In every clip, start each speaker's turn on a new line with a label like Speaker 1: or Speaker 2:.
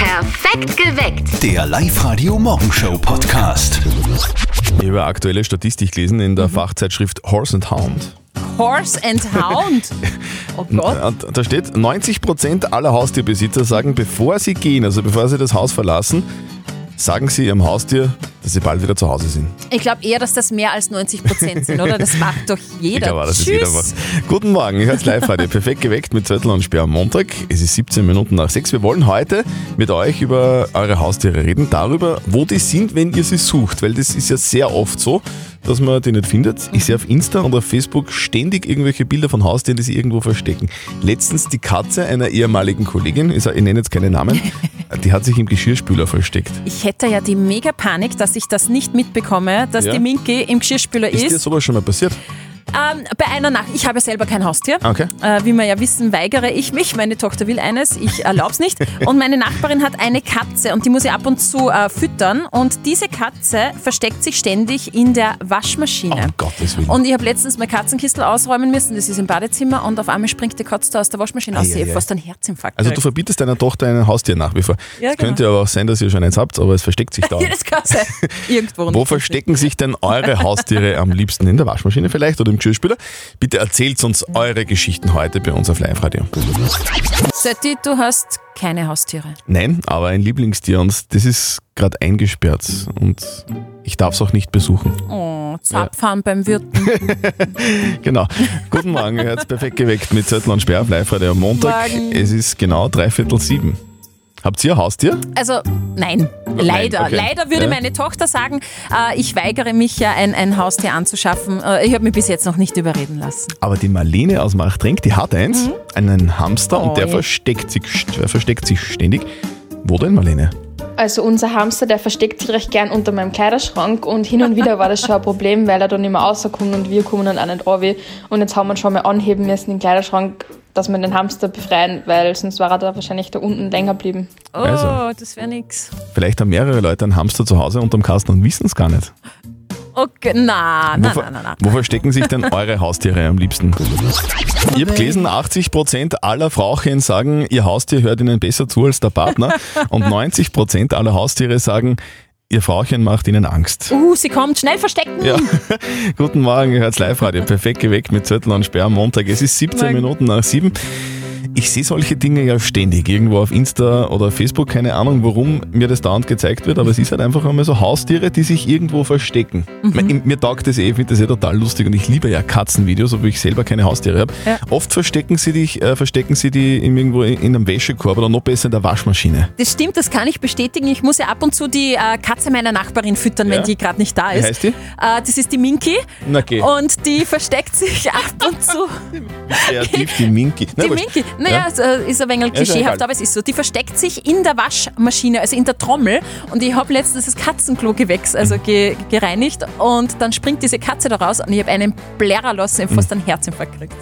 Speaker 1: Perfekt geweckt.
Speaker 2: Der Live-Radio Morgenshow Podcast.
Speaker 3: Ich habe eine aktuelle Statistik gelesen in der Fachzeitschrift Horse and Hound.
Speaker 4: Horse and Hound. Oh Gott.
Speaker 3: Und da steht, 90% aller Haustierbesitzer sagen, bevor sie gehen, also bevor sie das Haus verlassen, sagen sie ihrem Haustier, dass sie bald wieder zu Hause sind.
Speaker 4: Ich glaube eher, dass das mehr als 90 Prozent sind, oder? Das macht doch jeder.
Speaker 3: Ich glaube, auch, dass es
Speaker 4: Tschüss.
Speaker 3: jeder macht. Guten Morgen, ihr hört live heute. Perfekt geweckt mit Zettel und Sperr am Montag. Es ist 17 Minuten nach 6. Wir wollen heute mit euch über eure Haustiere reden, darüber, wo die sind, wenn ihr sie sucht. Weil das ist ja sehr oft so, dass man die nicht findet. Ich sehe auf Insta und auf Facebook ständig irgendwelche Bilder von Haustieren, die sie irgendwo verstecken. Letztens die Katze einer ehemaligen Kollegin, ich sag- ich nenne jetzt keinen Namen, die hat sich im Geschirrspüler versteckt.
Speaker 4: Ich hätte ja die mega Panik, dass ich das nicht mitbekomme, dass
Speaker 3: Ja.
Speaker 4: die Minky im Geschirrspüler
Speaker 3: Ist
Speaker 4: ist.
Speaker 3: dir sowas schon mal passiert?
Speaker 4: Ähm, bei einer Nacht. Ich habe selber kein Haustier.
Speaker 3: Okay.
Speaker 4: Äh, wie wir ja wissen, weigere ich mich. Meine Tochter will eines, ich erlaube es nicht. Und meine Nachbarin hat eine Katze und die muss ich ab und zu äh, füttern. Und diese Katze versteckt sich ständig in der Waschmaschine.
Speaker 3: Um Gottes Willen.
Speaker 4: Und ich habe letztens mein Katzenkistel ausräumen müssen, das ist im Badezimmer und auf einmal springt die Katze da aus der Waschmaschine raus. Ich
Speaker 3: Eieiei.
Speaker 4: habe fast einen Herzinfarkt.
Speaker 3: Also du
Speaker 4: gekriegt.
Speaker 3: verbietest deiner Tochter ein Haustier nach wie vor.
Speaker 4: Ja,
Speaker 3: es
Speaker 4: genau.
Speaker 3: könnte aber auch sein, dass ihr schon eins habt, aber es versteckt sich da.
Speaker 4: ja, das kann sein. Irgendwo.
Speaker 3: Wo verstecken sich denn eure Haustiere am liebsten? In der Waschmaschine vielleicht oder im Geschirrspüler? Bitte erzählt uns eure Geschichten heute bei uns auf Live-Radio.
Speaker 4: Sötti, du hast keine Haustiere.
Speaker 3: Nein, aber ein Lieblingstier und das ist gerade eingesperrt und ich darf es auch nicht besuchen.
Speaker 4: Oh, Zapfahren beim Wirten.
Speaker 3: Genau. Guten Morgen, ihr hört's perfekt geweckt mit Zettel und Sperr auf Live-Radio am Montag.
Speaker 4: Morgen.
Speaker 3: Es ist genau dreiviertel sieben. Habt ihr ein Haustier?
Speaker 4: Also, nein. Leider.
Speaker 3: okay.
Speaker 4: Leider würde
Speaker 3: Ja.
Speaker 4: meine Tochter sagen, äh, ich weigere mich ja, ein, ein Haustier anzuschaffen. Äh, ich habe mich bis jetzt noch nicht überreden lassen.
Speaker 3: Aber die Marlene aus Machtrenk, die hat eins, einen Hamster
Speaker 4: Oh
Speaker 3: und der
Speaker 4: je.
Speaker 3: versteckt, sich, der versteckt sich ständig. Wo denn, Marlene?
Speaker 5: Also unser Hamster, der versteckt sich recht gern unter meinem Kleiderschrank und hin und wieder war das schon ein Problem, weil er dann immer rauskommt und wir kommen dann auch nicht an. Und jetzt haben wir ihn schon mal anheben müssen den Kleiderschrank, dass wir den Hamster befreien, weil sonst war er da wahrscheinlich da unten länger geblieben.
Speaker 4: Oh,
Speaker 3: Also.
Speaker 4: das wäre nix.
Speaker 3: Vielleicht haben mehrere Leute einen Hamster zu Hause unterm Kasten und wissen es gar nicht.
Speaker 4: Okay, na,
Speaker 3: Wo,
Speaker 4: na,
Speaker 3: ver-
Speaker 4: na, na, na.
Speaker 3: wo verstecken sich denn eure Haustiere am liebsten? Ihr habt gelesen, 80% aller Frauchen sagen, ihr Haustier hört ihnen besser zu als der Partner. und 90% aller Haustiere sagen, ihr Frauchen macht ihnen Angst.
Speaker 4: Uh, sie kommt, schnell verstecken.
Speaker 3: Ja. Guten Morgen, ihr hört's Live-Radio. Perfekt geweckt mit Zettel und Sperr am Montag. Es ist 17
Speaker 4: Morgen.
Speaker 3: Minuten nach 7. Ich sehe solche Dinge ja ständig, irgendwo auf Insta oder Facebook, keine Ahnung, warum mir das dauernd gezeigt wird, aber es ist halt einfach einmal so Haustiere, die sich irgendwo verstecken. Mir, mir taugt das eh, ich finde das eh total lustig und ich liebe ja Katzenvideos, obwohl ich selber keine Haustiere habe.
Speaker 4: Ja.
Speaker 3: Oft verstecken sie, dich, äh, verstecken sie die im- irgendwo in in einem Wäschekorb oder noch besser in der Waschmaschine.
Speaker 4: Das stimmt, das kann ich bestätigen. Ich muss ja ab und zu die äh, Katze meiner Nachbarin füttern,
Speaker 3: Ja.
Speaker 4: wenn die gerade nicht da
Speaker 3: Wie
Speaker 4: ist.
Speaker 3: heißt die?
Speaker 4: Äh, das ist die Minky.
Speaker 3: Na geh.
Speaker 4: Und die versteckt sich ab und zu.
Speaker 3: Kreativ, die Minki. Na,
Speaker 4: die
Speaker 3: wurscht.
Speaker 4: Minky, naja, es, äh, ist ein wenig
Speaker 3: Ja, ist ja
Speaker 4: klischeehaft,
Speaker 3: egal.
Speaker 4: aber es ist so. Die versteckt sich in der Waschmaschine, also in der Trommel. Und ich habe letztens das Katzenklo gewächst,
Speaker 3: Mhm.
Speaker 4: also ge gereinigt. Und dann springt diese Katze da raus und ich habe einen Blärer lassen, ich hab
Speaker 3: Mhm.
Speaker 4: fast einen Herzinfarkt gekriegt.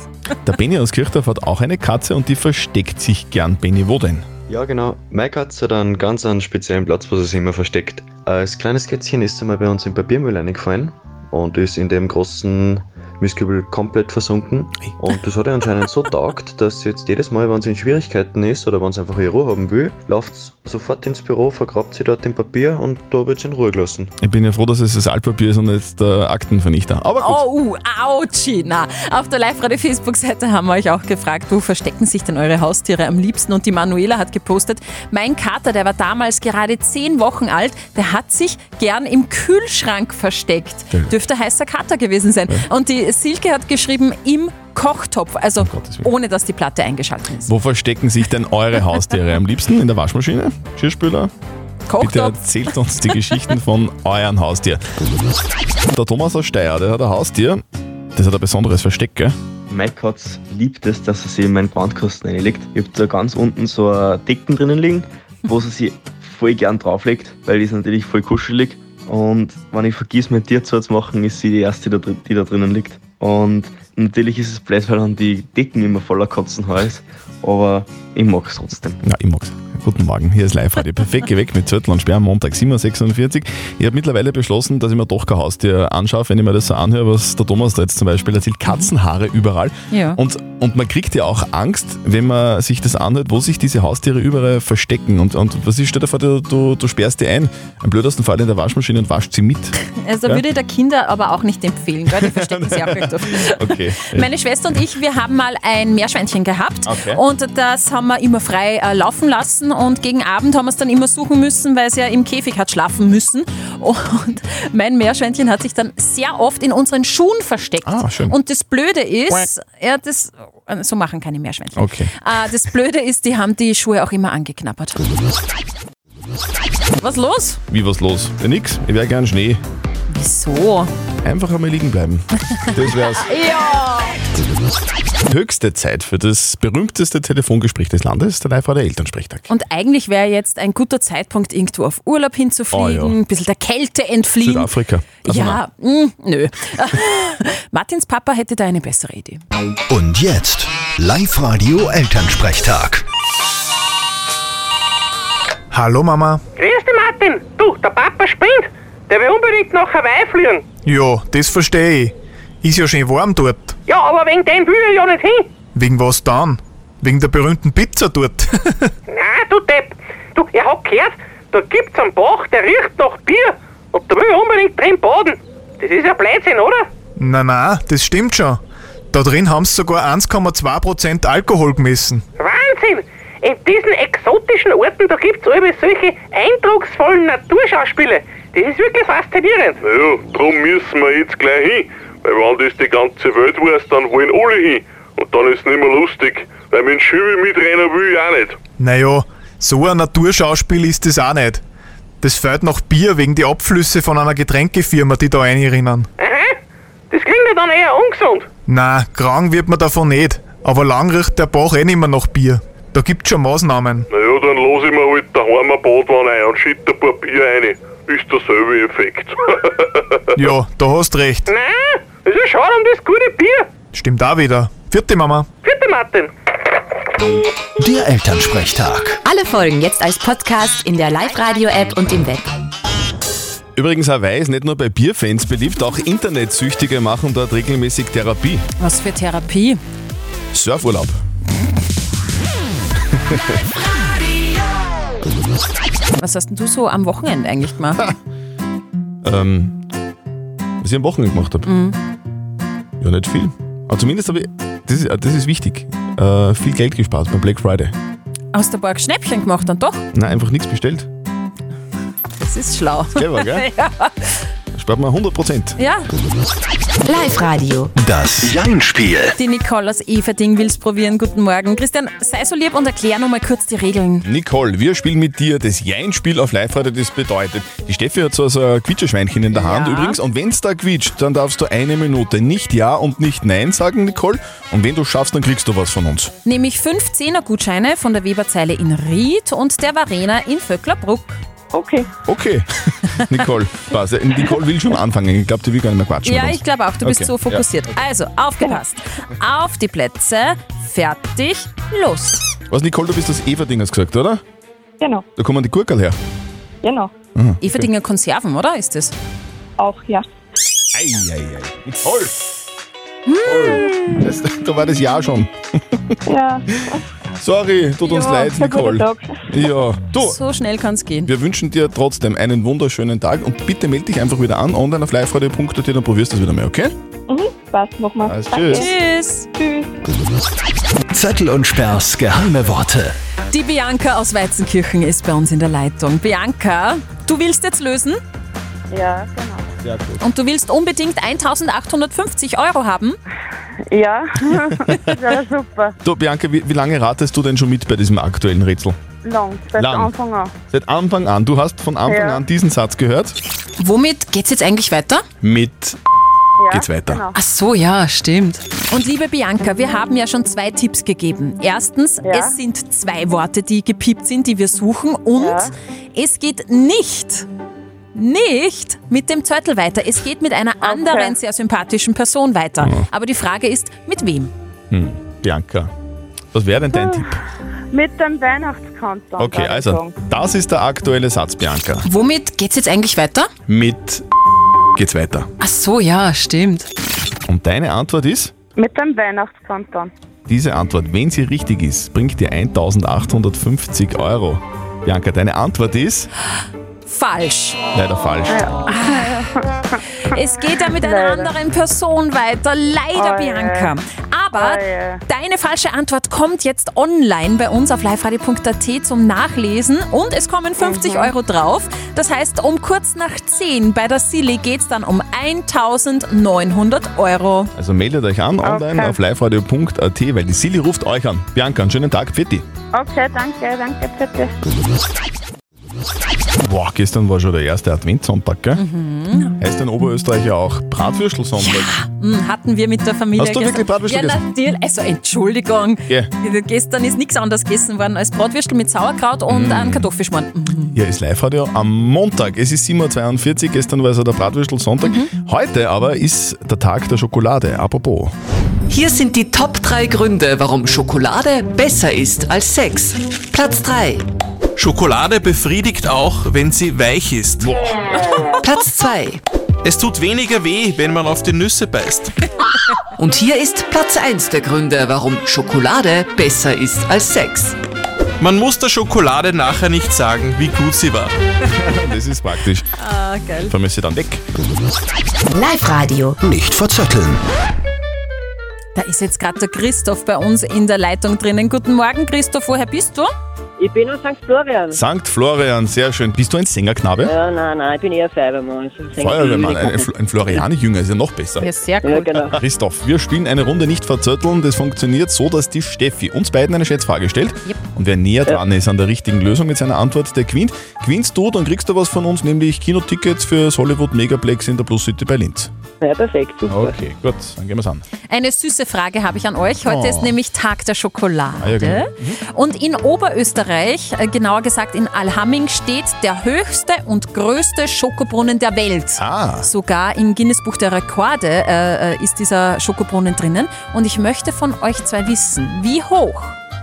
Speaker 3: Der Benny aus Kirchdorf hat auch eine Katze und die versteckt sich gern. Benny, wo denn?
Speaker 6: Ja, genau. Meine Katze hat einen ganz einen speziellen Platz, wo sie sich immer versteckt. Als kleines Kätzchen ist sie mal bei uns im Papiermüll reingefallen und ist in dem großen Mistkübel komplett versunken. Und das hat ihr anscheinend so taugt, dass sie jetzt jedes Mal, wenn sie in Schwierigkeiten ist oder wenn sie einfach ihre Ruhe haben will, läuft sie sofort ins Büro, vergrabt sie dort im Papier und da wird sie in Ruhe gelassen.
Speaker 3: Ich bin ja froh, dass es das Altpapier ist und jetzt der Aktenvernichter. Aber gut.
Speaker 4: Oh, uh, autschi. Na, auf der Live-Radio-Facebook-Seite haben wir euch auch gefragt, wo verstecken sich denn eure Haustiere am liebsten? Und die Manuela hat gepostet, mein Kater, der war damals gerade zehn Wochen alt, der hat sich gern im Kühlschrank versteckt. Dürfte heißer Kater gewesen sein. Und die Silke hat geschrieben, im Kochtopf, also
Speaker 3: Um Gottes Willen.
Speaker 4: ohne dass die Platte eingeschaltet ist.
Speaker 3: Wo verstecken sich denn eure Haustiere? Am liebsten in der Waschmaschine? Geschirrspüler? Bitte
Speaker 4: Kochtopf,
Speaker 3: erzählt uns die Geschichten von euren Haustier. Der Thomas aus Steyr, der hat ein Haustier. Das hat ein besonderes Versteck, gell?
Speaker 7: Meine Katz liebt es, dass sie sich in meinen Brandkasten reinlegt. Ich hab da ganz unten so einen Decken drinnen liegen, wo sie sich voll gern drauflegt, weil die ist natürlich voll kuschelig. Und wenn ich vergiss, mein Tier zu machen, ist sie die erste, die da drin- die da drinnen liegt. Und Natürlich ist es blöd, weil dann die Decken immer voller Katzenhaar ist, aber ich mag es trotzdem.
Speaker 3: Ja, ich mag's. Guten Morgen, hier ist Live-Radio. Perfekt geweckt mit Zürtel und Sperr am Montag 7.46 Ich habe mittlerweile beschlossen, dass ich mir doch kein Haustier anschaffe, wenn ich mir das so anhöre, was der Thomas da jetzt zum Beispiel erzählt. Katzenhaare überall.
Speaker 4: Ja.
Speaker 3: Und, und man kriegt ja auch Angst, wenn man sich das anhört, wo sich diese Haustiere überall verstecken. Und, und was ist, stell dir vor, du, du, du sperrst die ein. Im blödesten Fall in der Waschmaschine und wascht sie mit.
Speaker 4: Also
Speaker 3: Ja.
Speaker 4: würde ich der Kinder aber auch nicht empfehlen, weil die verstecken sich auch nicht oft.
Speaker 3: Okay.
Speaker 4: Meine Schwester und ich, wir haben mal ein Meerschweinchen gehabt
Speaker 3: Okay.
Speaker 4: und das haben wir immer frei äh, laufen lassen und gegen Abend haben wir es dann immer suchen müssen, weil es ja im Käfig hat schlafen müssen. Und mein Meerschweinchen hat sich dann sehr oft in unseren Schuhen versteckt.
Speaker 3: Ah, schön.
Speaker 4: Und das Blöde ist, ja, das, äh, so machen keine Meerschweinchen.
Speaker 3: Okay.
Speaker 4: Äh, das Blöde ist, die haben die Schuhe auch immer angeknabbert. Was los?
Speaker 3: Wie was los? Ja, nix. Ich wäre gern Schnee.
Speaker 4: Wieso?
Speaker 3: Einfach einmal liegen bleiben. Das wär's.
Speaker 4: Ja!
Speaker 3: Höchste Zeit für das berühmteste Telefongespräch des Landes, der live der Elternsprechtag.
Speaker 4: Und eigentlich wäre jetzt ein guter Zeitpunkt, irgendwo auf Urlaub hinzufliegen,
Speaker 3: Oh ja.
Speaker 4: ein bisschen der Kälte entfliehen.
Speaker 3: Südafrika. Also
Speaker 4: ja, mh, nö. Martins Papa hätte da eine bessere Idee.
Speaker 2: Und jetzt Live-Radio Elternsprechtag.
Speaker 1: Hallo Mama.
Speaker 8: Grüß dich, Martin. Du, der Papa spinnt. Der will unbedingt nach Hawaii fliegen.
Speaker 1: Ja, das verstehe ich. Ist ja schön warm dort.
Speaker 8: Ja, aber wegen dem will ich ja nicht hin.
Speaker 1: Wegen was dann? Wegen der berühmten Pizza dort.
Speaker 8: Nein, du Depp. Du, er hat gehört, da gibt's einen Bach, der riecht nach Bier. Und da will ich unbedingt drin baden. Das ist ja Blödsinn, oder?
Speaker 1: na na, das stimmt schon. Da drin haben sie sogar 1,2% Alkohol gemessen.
Speaker 8: Wahnsinn. In diesen exotischen Orten, da gibt's alle solche eindrucksvollen Naturschauspiele. Das ist wirklich faszinierend.
Speaker 9: Naja, drum müssen wir jetzt gleich hin. Weil wenn das die ganze Welt weiß, dann wollen alle hin. Und dann ist nicht mehr lustig. Weil mit dem Schimmel mitrennen will ich auch nicht.
Speaker 1: Naja, so ein Naturschauspiel ist es auch nicht. Das fällt noch Bier wegen die Abflüsse von einer Getränkefirma, die da einrinnen.
Speaker 8: Aha. Das klingt ja dann eher ungesund.
Speaker 1: Na, krank wird man davon nicht. Aber lang riecht der Bach eh nicht mehr nach Bier. Da gibt's schon Maßnahmen.
Speaker 9: Naja, dann lass ich mir halt daheim ein Badwanne ein und schütte ein paar Bier rein. Ist derselbe Effekt.
Speaker 1: Ja, da hast recht.
Speaker 8: Nein, es ist schade um das gute Bier.
Speaker 1: Stimmt auch wieder. Vierte Mama.
Speaker 8: Bitte, Martin.
Speaker 2: Der Elternsprechtag.
Speaker 10: Alle Folgen jetzt als Podcast in der Live-Radio-App und im Web.
Speaker 3: Übrigens, Hawaii ist nicht nur bei Bierfans beliebt, auch Internetsüchtige machen dort regelmäßig Therapie.
Speaker 4: Was für Therapie?
Speaker 3: Surfurlaub.
Speaker 4: Was hast denn du so am Wochenende eigentlich gemacht?
Speaker 3: Ähm, was ich am Wochenende gemacht habe.
Speaker 4: Mhm.
Speaker 3: Ja, nicht viel. Aber zumindest habe ich, das ist, das ist wichtig, äh, viel Geld gespart beim Black Friday.
Speaker 4: Hast du ein paar Schnäppchen gemacht dann doch?
Speaker 3: Nein, einfach nichts bestellt.
Speaker 4: Das ist schlau.
Speaker 3: Clever, gell?
Speaker 4: Ja.
Speaker 3: Spart man 100%.
Speaker 4: Ja,
Speaker 10: Live-Radio.
Speaker 2: Das Jein-Spiel.
Speaker 4: die Nicole aus Everding will's probieren. Guten Morgen. Christian, sei so lieb und erklär nochmal kurz die Regeln.
Speaker 3: Nicole, wir spielen mit dir das Jein-Spiel auf Live-Radio, das bedeutet, die Steffi hat so, so ein Quietscherschweinchen in der Hand
Speaker 4: Ja.
Speaker 3: übrigens und wenn's da quietscht, dann darfst du eine Minute nicht Ja und nicht Nein sagen, Nicole, und wenn du schaffst, dann kriegst du was von uns.
Speaker 4: Nämlich fünf Zehnergutscheine von der Weberzeile in Ried und der Varena in Vöcklerbruck.
Speaker 8: Okay.
Speaker 3: Okay, Nicole, passt. Äh, Nicole will schon anfangen, ich glaube, die will gar nicht mehr quatschen.
Speaker 4: Ja,
Speaker 3: mit uns.
Speaker 4: ich glaube auch, du bist
Speaker 3: Okay, Genau.
Speaker 4: so fokussiert. Also, aufgepasst. Auf die Plätze, fertig, los.
Speaker 3: Was, Nicole, du bist das Everding, hast gesagt, oder?
Speaker 5: Genau,
Speaker 3: Da kommen die Gurkel her.
Speaker 5: genau.
Speaker 4: Everdinger Konserven, oder ist das?
Speaker 5: Auch, ja.
Speaker 3: Eieiei, Nicole! Nicole, Das, da war das Ja schon.
Speaker 5: Hm. Ja,
Speaker 3: Sorry, tut uns leid, Nicole. Ja, du,
Speaker 4: So schnell kann es gehen.
Speaker 3: Oh. Wir wünschen dir trotzdem einen wunderschönen Tag und bitte melde dich einfach wieder an, online auf liveradio.at, dann probierst du es wieder mal, okay?
Speaker 5: Spaß, mach mal.
Speaker 3: Also, tschüss.
Speaker 4: Tschüss.
Speaker 2: Zettel und Sperrs geheime Worte.
Speaker 4: Die Bianca aus Weizenkirchen ist bei uns in der Leitung. Bianca, du willst jetzt lösen
Speaker 5: Ja, genau.
Speaker 4: und du willst unbedingt 1850 Euro haben.
Speaker 5: Ja, das wäre super.
Speaker 3: Du, Bianca, wie, wie lange ratest du denn schon mit bei diesem aktuellen Rätsel?
Speaker 5: Lang, seit
Speaker 3: Lang.
Speaker 5: Anfang an.
Speaker 3: Seit Anfang an, du hast von Anfang
Speaker 5: Ja.
Speaker 3: an diesen Satz gehört.
Speaker 4: Womit geht's jetzt eigentlich weiter?
Speaker 3: Mit
Speaker 5: Ja,
Speaker 3: geht's weiter.
Speaker 5: Genau.
Speaker 4: Ach so, ja, stimmt. Und liebe Bianca, wir haben ja schon zwei Tipps gegeben. Erstens, es sind zwei Worte, die gepiept sind, die wir suchen. Und es geht nicht nicht mit dem Zöttel weiter. Es geht mit einer anderen sehr sympathischen Person weiter. Aber die Frage ist, mit wem?
Speaker 3: Bianca, was wäre denn
Speaker 5: Hm.
Speaker 3: dein Tipp?
Speaker 11: Mit dem Weihnachtskanton.
Speaker 3: Okay, also, das ist der aktuelle Satz, Bianca.
Speaker 4: Womit geht's jetzt eigentlich weiter?
Speaker 3: Mit geht's weiter.
Speaker 4: Ach so, ja, stimmt.
Speaker 3: Und deine Antwort ist,
Speaker 11: Mit dem Weihnachtskanton.
Speaker 3: diese Antwort, wenn sie richtig ist, bringt dir 1850 Euro. Bianca, deine Antwort ist
Speaker 4: Falsch.
Speaker 3: leider falsch.
Speaker 4: Es geht ja mit einer anderen Person weiter. Leider, Bianca. Aber deine falsche Antwort kommt jetzt online bei uns auf liveradio.at zum Nachlesen und es kommen 50 Euro drauf. Das heißt, um kurz nach 10 bei der Silly geht es dann um 1900 Euro.
Speaker 3: Also meldet euch an online auf liveradio.at, weil die Silly ruft euch an. Bianca, einen schönen Tag, Fitti.
Speaker 11: Okay, danke, danke, bitte.
Speaker 3: Boah, gestern war schon der erste Adventssonntag, gell? Heißt in Oberösterreich ja auch Bratwürstel-Sonntag.
Speaker 4: Hm, Hatten wir mit der Familie
Speaker 3: Hast du wirklich Bratwürstel
Speaker 4: Ja,
Speaker 3: gegessen?
Speaker 4: natürlich. Also, Entschuldigung.
Speaker 3: Geh.
Speaker 4: Gestern ist nichts anderes gegessen worden als Bratwürstel mit Sauerkraut und einem Kartoffelschmarrn. Mhm.
Speaker 3: Hier ist Live-Radio am Montag. Es ist 7.42 Uhr, gestern war es ja der Bratwürstel-Sonntag.
Speaker 12: Mhm.
Speaker 3: Heute aber ist der Tag der Schokolade. Apropos.
Speaker 12: Hier sind die Top 3 Gründe, warum Schokolade besser ist als Sex. Platz 3,
Speaker 13: Schokolade befriedigt auch, wenn sie weich ist.
Speaker 12: Platz 2
Speaker 13: Es tut weniger weh, wenn man auf die Nüsse beißt.
Speaker 12: und hier ist Platz 1 der Gründe, warum Schokolade besser ist als Sex.
Speaker 13: Man muss der Schokolade nachher nicht sagen, wie gut sie war.
Speaker 3: Das ist praktisch.
Speaker 4: Ah, geil.
Speaker 3: Vor allem ist sie dann weg.
Speaker 10: Live-Radio.
Speaker 2: Nicht verzetteln.
Speaker 4: Da ist jetzt gerade der Christoph bei uns in der Leitung drinnen. Guten Morgen, Christoph, woher bist du?
Speaker 11: Ich bin aus St. Florian.
Speaker 3: St. Florian, sehr schön. Bist du ein Sängerknabe?
Speaker 11: Ja, nein, nein, ich bin eher Feuerwehrmann. Also St.
Speaker 3: Feuerwehrmann, ein, ein Fl- ein Florianer-Jünger, ist ja noch besser.
Speaker 4: Ja, sehr
Speaker 11: Ja,
Speaker 4: cool.
Speaker 11: genau.
Speaker 3: Christoph, wir spielen eine Runde nicht verzötteln. Das funktioniert so, dass die Steffi uns beiden eine Schätzfrage stellt.
Speaker 4: Yep.
Speaker 3: Und wer näher dran ist an der richtigen Lösung mit seiner Antwort, der gewinnt. Gewinnst du, dann kriegst du was von uns, nämlich Kinotickets fürs Hollywood Megaplex in der Plus City bei Linz.
Speaker 11: Ja, perfekt, super.
Speaker 3: Okay, gut, dann gehen wir's an.
Speaker 4: Eine süße Frage habe ich an euch. Heute
Speaker 3: Oh.
Speaker 4: ist nämlich Tag der Schokolade. Mhm.
Speaker 3: Ah, ja, genau.
Speaker 4: Und in Oberösterreich, äh, genauer gesagt in Alhamming, steht der höchste und größte Schokobrunnen der Welt.
Speaker 3: Ah.
Speaker 4: Sogar im Guinness Buch der Rekorde äh, äh, ist dieser Schokobrunnen drinnen. Und ich möchte von euch zwei wissen, wie hoch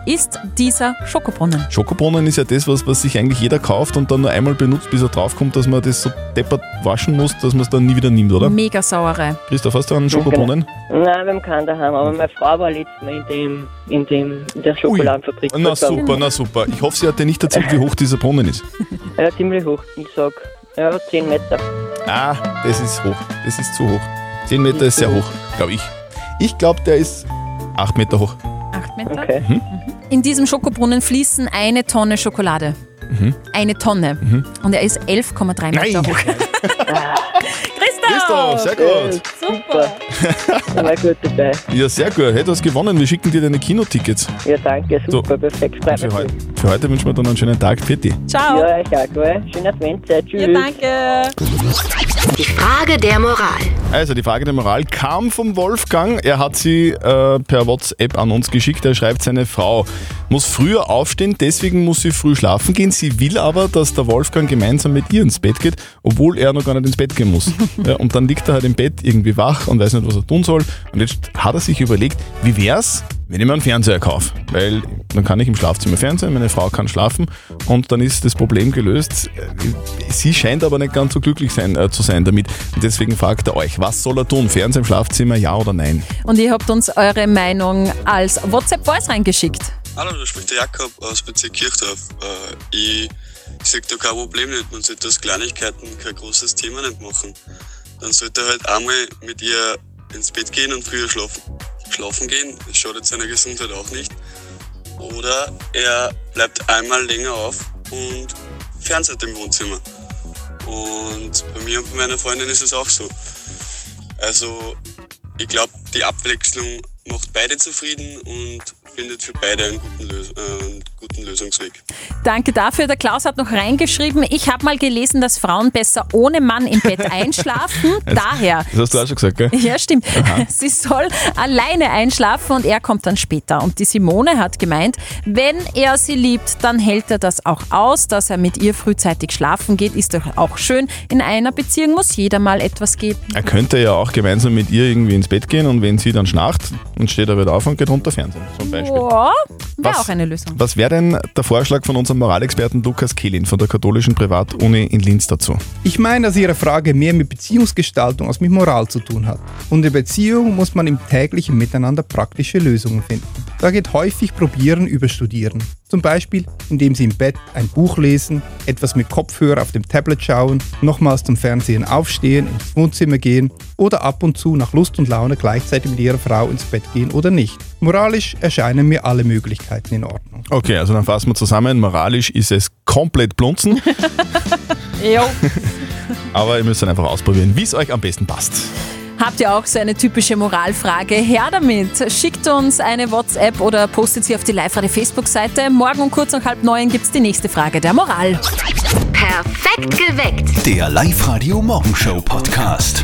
Speaker 4: ist dieser Schokobrunnen?
Speaker 3: Schokobrunnen ist ja das, was, was sich eigentlich jeder kauft und dann nur einmal benutzt, bis er draufkommt, dass man das so deppert waschen muss, dass man es dann nie wieder nimmt,
Speaker 11: Mhm.
Speaker 3: oder?
Speaker 4: Mega saure.
Speaker 3: Christoph, hast du einen
Speaker 11: genau.
Speaker 3: Schokobrunnen?
Speaker 11: Nein, wir haben keinen daheim, aber meine Frau war letztes Mal in, dem, in, dem, in der
Speaker 3: Ui.
Speaker 11: Schokoladenfabrik.
Speaker 3: Na
Speaker 11: zusammen.
Speaker 3: super, na super. Ich hoffe, sie hat dir nicht erzählt, wie hoch dieser Brunnen ist.
Speaker 11: Ja, ziemlich hoch, ich sag. Ja, 10 Meter.
Speaker 3: Ah, das ist hoch. Das ist zu hoch. 10 Meter ist sehr hoch, glaube ich. Ich glaube, der ist 8 Meter hoch.
Speaker 11: Ah,
Speaker 4: Acht Meter. Mhm.
Speaker 11: Okay.
Speaker 4: In diesem Schokobrunnen fließen eine Tonne Schokolade.
Speaker 11: Mhm.
Speaker 4: Eine Tonne. Und er ist 11,3 Meter
Speaker 3: Nein.
Speaker 4: hoch. Christoph!
Speaker 3: Christoph, sehr gut.
Speaker 11: Super. Da war gut dabei.
Speaker 3: Ja, sehr gut. Hey, du hast gewonnen. Wir schicken dir deine Kinotickets.
Speaker 11: Ja, danke,
Speaker 3: So.
Speaker 11: super, perfekt.
Speaker 3: Und
Speaker 11: Freut
Speaker 3: Für, heu
Speaker 11: mich.
Speaker 3: für heute wünschen wir dann einen schönen Tag. Pfiat
Speaker 4: Ciao!
Speaker 11: Ja, ich auch, gell? Schöne Adventszeit, tschüss.
Speaker 4: Ja, danke!
Speaker 10: Die Frage der Moral.
Speaker 3: Also die Frage der Moral kam vom Wolfgang. Er hat sie äh, per WhatsApp an uns geschickt. Er schreibt, seine Frau muss früher aufstehen, deswegen muss sie früh schlafen gehen. Sie will aber, dass der Wolfgang gemeinsam mit ihr ins Bett geht, obwohl er noch gar nicht ins Bett gehen muss. ja, und dann liegt er halt im Bett irgendwie wach und weiß nicht, was er tun soll. Und jetzt hat er sich überlegt, wie wär's, wenn ich mir einen Fernseher kaufe? Weil dann kann ich im Schlafzimmer fernsehen, meine Frau kann schlafen und dann ist das Problem gelöst. Sie scheint aber nicht ganz so glücklich sein, äh, zu sein damit. Und deswegen fragt er euch, was soll er tun? Fernsehen im Schlafzimmer, ja oder nein?
Speaker 4: Und ihr habt uns eure Meinung als WhatsApp-Voice reingeschickt.
Speaker 13: Hallo, da spricht der Jakob aus Bezirk Kirchdorf. Äh, ich sehe da kein Problem nicht. Man sollte aus Kleinigkeiten kein großes Thema nicht machen. Dann sollte er halt einmal mit ihr ins Bett gehen und früher schlafen, schlafen gehen. Das schadet seiner Gesundheit auch nicht. Oder er bleibt einmal länger auf und fernseht im Wohnzimmer. Und bei mir und bei meiner Freundin ist es auch so. Also ich glaube, die Abwechslung macht beide zufrieden und findet für beide einen guten, Lös äh, einen guten Lösungsweg.
Speaker 4: Danke dafür. Der Klaus hat noch reingeschrieben, ich habe mal gelesen, dass Frauen besser ohne Mann im Bett einschlafen. Daher.
Speaker 3: Das hast du auch schon gesagt, gell?
Speaker 4: Ja, stimmt.
Speaker 3: Aha.
Speaker 4: Sie soll alleine einschlafen und er kommt dann später. Und die Simone hat gemeint, wenn er sie liebt, dann hält er das auch aus, dass er mit ihr frühzeitig schlafen geht. Ist doch auch schön. In einer Beziehung muss jeder mal etwas geben.
Speaker 3: Er könnte ja auch gemeinsam mit ihr irgendwie ins Bett gehen und wenn sie dann schnarcht und steht er wieder auf und geht runter Fernsehen. Zum Beispiel.
Speaker 4: Ja, wäre
Speaker 3: Was-
Speaker 4: auch eine Lösung.
Speaker 3: Was wäre denn der Vorschlag von unserem Moralexperten Lukas Kehlin von der katholischen Privatuni in Linz dazu?
Speaker 14: Ich meine, dass Ihre Frage mehr mit Beziehungsgestaltung als mit Moral zu tun hat. Und in Beziehung muss man im täglichen Miteinander praktische Lösungen finden. Da geht häufig Probieren über Studieren. Zum Beispiel, indem Sie im Bett ein Buch lesen, etwas mit Kopfhörer auf dem Tablet schauen, nochmals zum Fernsehen aufstehen, ins Wohnzimmer gehen oder ab und zu nach Lust und Laune gleichzeitig mit Ihrer Frau ins Bett gehen oder nicht. Moralisch erscheinen mir alle Möglichkeiten in Ordnung.
Speaker 3: Okay, also dann fassen wir zusammen. Moralisch ist es komplett blunzen,
Speaker 4: Jo.
Speaker 3: aber ihr müsst dann einfach ausprobieren, wie es euch am besten passt.
Speaker 4: Habt ihr auch so eine typische Moralfrage? Her damit! Schickt uns eine WhatsApp oder postet sie auf die live Facebook-Seite. Morgen um kurz nach halb neun gibt's die nächste Frage der Moral.
Speaker 10: Perfekt geweckt.
Speaker 2: Der Live-Radio Morgenshow Podcast.